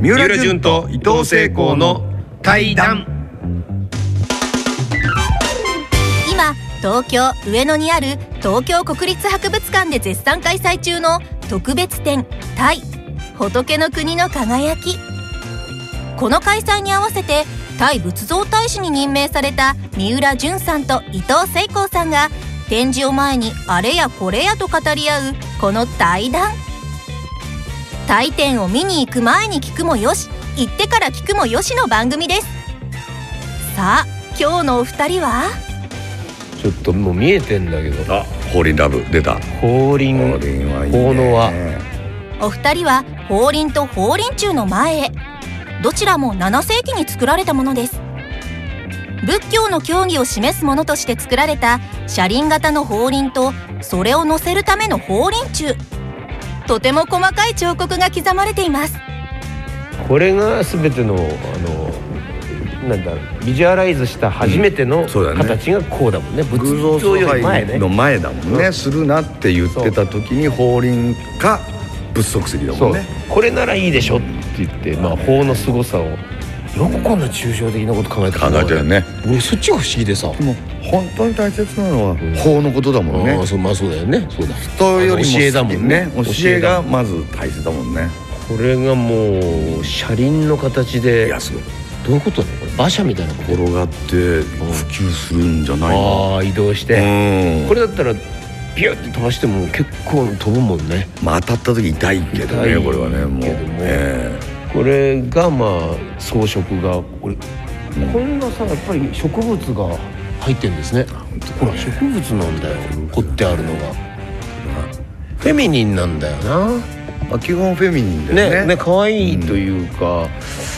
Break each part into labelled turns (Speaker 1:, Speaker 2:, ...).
Speaker 1: 三
Speaker 2: 浦淳と伊藤聖光の対談
Speaker 3: 今東京上野にある東京国立博物館で絶賛開催中の特別展「タイ仏の国の輝き」この開催に合わせてタイ仏像大使に任命された三浦淳さんと伊藤聖光さんが展示を前にあれやこれやと語り合うこの対談タイ展を見に行く前に聞くもよし行ってから聞くもよしの番組ですさあ今日のお二人は
Speaker 4: ちょっともう見えてんだけど
Speaker 2: あホーリンラブ出たホ
Speaker 4: 降臨
Speaker 2: リンはい
Speaker 4: 効能は
Speaker 3: お二人は法輪と法輪柱の前へどちらも7世紀に作られたものです仏教の教義を示すものとして作られた車輪型の法輪とそれを乗せるための法輪柱とても細かい彫刻が刻まれています
Speaker 4: これが全てのあのなんだろうビジュアライズした初めての
Speaker 2: んそうだね
Speaker 4: 形がこうだもんね
Speaker 2: 偶
Speaker 4: 仏
Speaker 2: 像
Speaker 4: 像
Speaker 2: 崇
Speaker 4: より前
Speaker 2: 拝
Speaker 4: ね
Speaker 2: の前だもんねするなって言ってた時に法輪か仏足石だ
Speaker 4: そ
Speaker 2: もん
Speaker 4: う
Speaker 2: ね
Speaker 4: これならいいでしょって言ってまあ法の凄さをよくこんな抽象的なこと考えて
Speaker 2: 考えてるね
Speaker 5: 俺そっちが不思議でさ、
Speaker 2: でも本当に大切なのは
Speaker 4: ん
Speaker 2: 法のことだもんね
Speaker 5: ああそうまあそうだよねそうだ
Speaker 2: 人よりも
Speaker 4: 教えだもんね
Speaker 2: 教
Speaker 4: 教
Speaker 2: え
Speaker 4: え
Speaker 2: が
Speaker 4: だ
Speaker 2: まず大切だもんね
Speaker 4: これがもう車輪の形
Speaker 2: い
Speaker 4: で
Speaker 2: やすごい
Speaker 5: どういうことねこれ馬車みたいなこと
Speaker 2: 転がって普及するんじゃないの
Speaker 4: ああ移動し
Speaker 2: う
Speaker 4: て
Speaker 2: ん
Speaker 4: これだったらピュって飛ばしても結構飛ぶもんね
Speaker 2: まあ当たった時痛いけど
Speaker 4: 痛
Speaker 2: ね
Speaker 4: い
Speaker 2: これはねもう
Speaker 4: けども
Speaker 2: え
Speaker 4: これがまあ装飾がこれこんなさやっぱり植物が
Speaker 5: 入ってんですねほら植物なんだよ凝ってあるのがフェミニンなんだよな
Speaker 2: えまあ基本フェミニンだよ
Speaker 4: ね
Speaker 2: ね
Speaker 4: ね可愛いというか、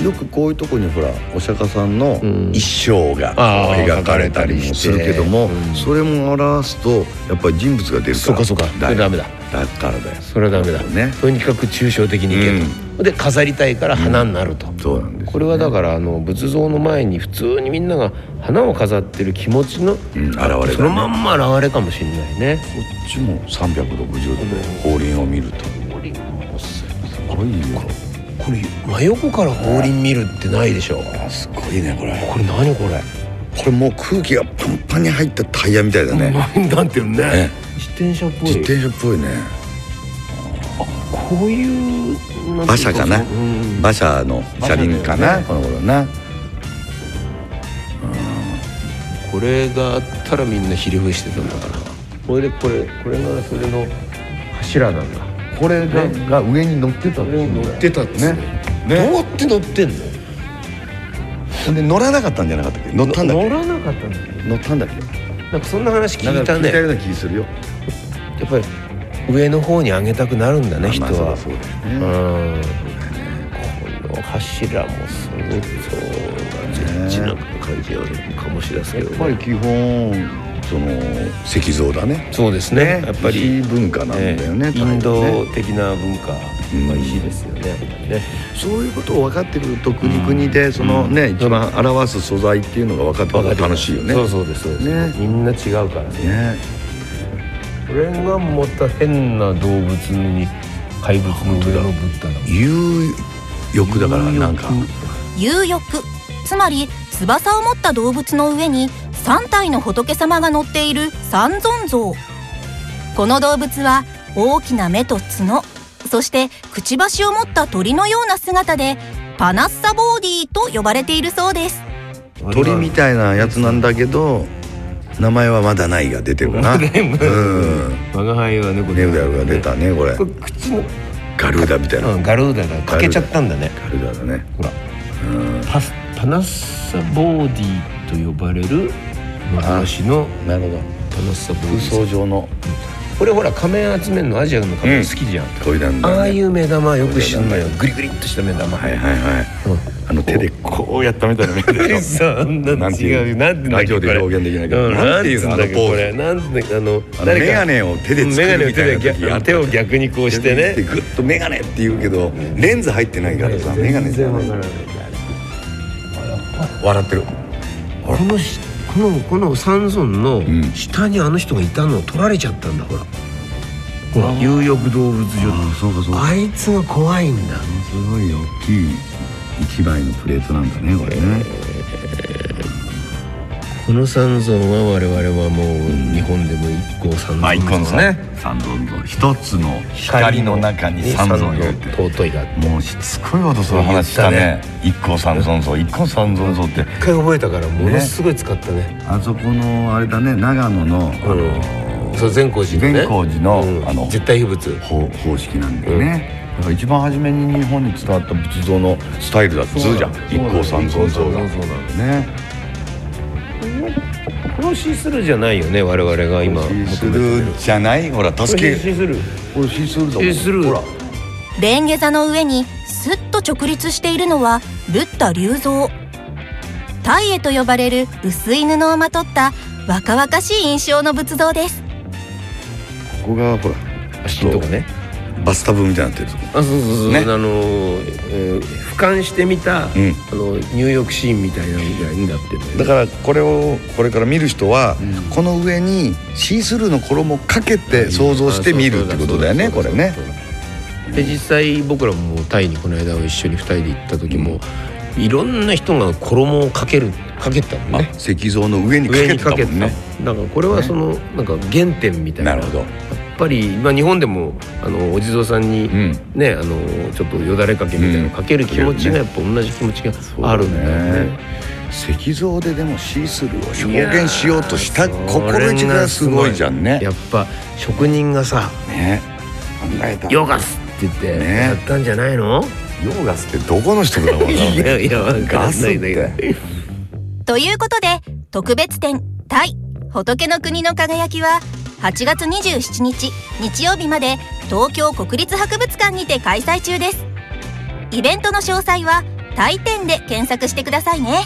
Speaker 2: よくこういうとこにほらお釈迦さんの
Speaker 4: うん
Speaker 2: 一生が
Speaker 4: あー
Speaker 2: 描かれたりもするけども
Speaker 4: うん
Speaker 2: それも表すとやっぱり人物が出るから
Speaker 5: そうかそうか
Speaker 2: だ
Speaker 5: それダメだ
Speaker 2: だからだよ
Speaker 4: それはダメだ、
Speaker 2: ね
Speaker 4: とにかく抽象的にいけと、で飾りたいから花になると、
Speaker 2: そうなんですよ
Speaker 4: これはだからあの仏像の前に普通にみんなが花を飾ってる気持ちの、
Speaker 2: うん現れだね
Speaker 4: そのまんま現れかもしれないね
Speaker 2: こっちも360度で法輪を見るとすごいよ
Speaker 5: これ真横から法輪見るってないでしょこ
Speaker 2: あすごいねこれ
Speaker 5: れ何これ
Speaker 2: これもう空気がパンパンに入ったタイヤみたいだね
Speaker 5: 何なんていうね
Speaker 2: ね
Speaker 4: 自転車っぽ
Speaker 2: 自
Speaker 4: い
Speaker 2: 転車っぽいね
Speaker 4: こういうなんていう
Speaker 2: 馬車かな
Speaker 4: うん
Speaker 2: 馬車の車輪かな、この頃な
Speaker 4: これがあったらみんなひれ伏してたんだからこれでこれこれがそれの柱なんだ
Speaker 2: これが,、が上に乗ってた
Speaker 4: これに乗ってたんですね
Speaker 2: ね
Speaker 4: どうやって乗ってんの
Speaker 2: で乗らなかったんじゃなかったっけ乗ったんだっ
Speaker 4: 乗
Speaker 2: け
Speaker 4: らなかったんだ
Speaker 2: 乗ったんだっけ
Speaker 4: なんかそんな話聞
Speaker 2: なん
Speaker 4: い
Speaker 2: か
Speaker 4: た
Speaker 2: 聞いた
Speaker 4: ね
Speaker 2: ような気するよ
Speaker 4: やっぱり上の方に上げたくなるんだね、人
Speaker 2: まあまあ
Speaker 4: は、
Speaker 2: そうだそう
Speaker 4: う
Speaker 2: だよね
Speaker 4: んこの柱もすごいそうだちな感じがある醸し出すけど、
Speaker 2: やっぱり基本その石像だね
Speaker 4: そうですねやっぱり
Speaker 2: 石文化なんだよね
Speaker 4: ええ
Speaker 2: タイは
Speaker 4: イ
Speaker 2: ね
Speaker 4: ンド的な文化
Speaker 2: うん
Speaker 4: まあ石ですよねやっぱりね
Speaker 2: そういうことを分かってくると国々でそのね一番表す素材っていうのが分かってくると楽しいよね
Speaker 4: そうそうですそうです、
Speaker 2: ね
Speaker 4: みんな違うからね
Speaker 2: ね
Speaker 4: これがまた変な動物に怪物の上のブッダだ
Speaker 2: 有欲だからなんか
Speaker 3: 有翼つまり翼を持った動物の上に3体の仏様が乗っている三尊像この動物は大きな目と角そしてくちばしを持った鳥のような姿でパナッサボーディーと呼ばれているそうです
Speaker 2: 鳥みたいなやつなんだけど名前はまだないが出てるかなうん
Speaker 4: 我輩は猫
Speaker 2: ネウダルが出たねこれ
Speaker 4: これ口の
Speaker 2: ガルーダみたいな
Speaker 4: うんガルーダが欠けちゃったんだね
Speaker 2: ガルーダだね
Speaker 4: ほらパスパナッサボーディと呼ばれる幻の
Speaker 2: なるほど
Speaker 4: パナッサボーデ
Speaker 2: 空
Speaker 4: ィ
Speaker 2: 想上の
Speaker 4: これほら仮面集めるのアジアの仮面好きじゃん、
Speaker 2: 鳥なんだよね
Speaker 4: ああいう目玉よく知るのよグリグリっとした目玉
Speaker 2: はいはいはいあの手でこうやったみたいな目でしょ
Speaker 4: そんな
Speaker 2: なんて
Speaker 4: 違
Speaker 2: いう
Speaker 4: うなんて
Speaker 2: ラジオで表現できないけど
Speaker 4: なんていうの
Speaker 2: な
Speaker 4: あ
Speaker 2: んて
Speaker 4: の
Speaker 2: いうのあのポ
Speaker 4: こ
Speaker 2: ー
Speaker 4: れ
Speaker 2: ズ
Speaker 4: なんであの
Speaker 2: あの
Speaker 4: 誰か
Speaker 2: メガネを手で作る
Speaker 4: メガネを手で
Speaker 2: みたいな時あった
Speaker 4: 手を逆にこうしてね
Speaker 2: でグッとメガネって言うけどレンズ入ってないからさメガネじゃない笑ってる
Speaker 4: このしこのこの三尊の
Speaker 2: ん
Speaker 4: 下にあの人がいたのを取られちゃったんだほらほら有翼動物所
Speaker 2: ああそうかそうか
Speaker 4: あいつが怖いんだ
Speaker 2: すごい大きい一枚のプレートなんだねこれね、
Speaker 4: この三尊は我々はもう日本でも一個三尊
Speaker 2: まあ一個の
Speaker 4: です
Speaker 2: ね三尊像一つの光の中に三尊がいて
Speaker 4: 尊いが
Speaker 2: もうしつこいことその話したね一個三尊像一個三尊像って
Speaker 4: 一回覚えたからものすごい使ったね
Speaker 2: あそこのあれだね長野のあの
Speaker 4: そう善光寺のね
Speaker 2: 善光寺の
Speaker 4: うん
Speaker 2: あの
Speaker 4: 絶対秘仏
Speaker 2: 方方式なんだよね、だから一番初めに日本に伝わった仏像のスタイルだっつうじゃん一光三尊像が
Speaker 4: 一光三尊
Speaker 2: ね
Speaker 4: 投資するじゃないよね我々が今
Speaker 2: シースルーじゃないほら助け
Speaker 4: する
Speaker 2: これシースルーだもん
Speaker 4: シースルー
Speaker 2: ほら
Speaker 3: レンゲ座の上にスッと直立しているのはブッダ龍像タイエと呼ばれる薄い布をまとった若々しい印象の仏像です
Speaker 2: ここがほら
Speaker 4: 足とかね
Speaker 2: バスタブみたいになってるとこ
Speaker 4: あそうそうそう、
Speaker 2: ね
Speaker 4: あのーえー俯瞰してみ
Speaker 2: ん
Speaker 4: た、あのニューヨークシーンみたいなみたいになってて
Speaker 2: だからこれをこれから見る人は、この上にシースルーの衣をかけて想像して見るってことだよねこれね
Speaker 4: で実際僕らもタイにこの間一緒に2人で行った時も、いろんな人が衣をかけるかけてたの
Speaker 2: あ
Speaker 4: ね
Speaker 2: 石像の上にか
Speaker 4: 上
Speaker 2: け
Speaker 4: に
Speaker 2: てた
Speaker 4: か
Speaker 2: も
Speaker 4: けて
Speaker 2: ん
Speaker 4: た、
Speaker 2: ね
Speaker 4: だからこれはその、なんか原点みたいな
Speaker 2: なるほど
Speaker 4: やっぱり、まあ、日本でもあのお地蔵さんに、
Speaker 2: ん
Speaker 4: ねあのちょっとよだれかけみたいなのかける気持ちがやっぱ同じ気持ちがあるんだよね
Speaker 2: 石像ででもシースルーを表現しようとした心意気がすごいじゃんね
Speaker 4: やっぱ職人がさ
Speaker 2: ね考えた
Speaker 4: 「ヨガス!」って言って
Speaker 2: ね
Speaker 4: やったんじゃないの、
Speaker 2: ヨガスってどこの人だろうね
Speaker 4: いやいやわかんないんだけど
Speaker 2: ガスって
Speaker 3: ということで特別展「タイ仏の国の輝き」は8月27日日曜日まで東京国立博物館にて開催中ですイベントの詳細は「タイ展」で検索してくださいね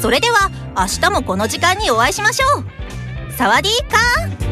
Speaker 3: それでは明日もこの時間にお会いしましょうサワディーカー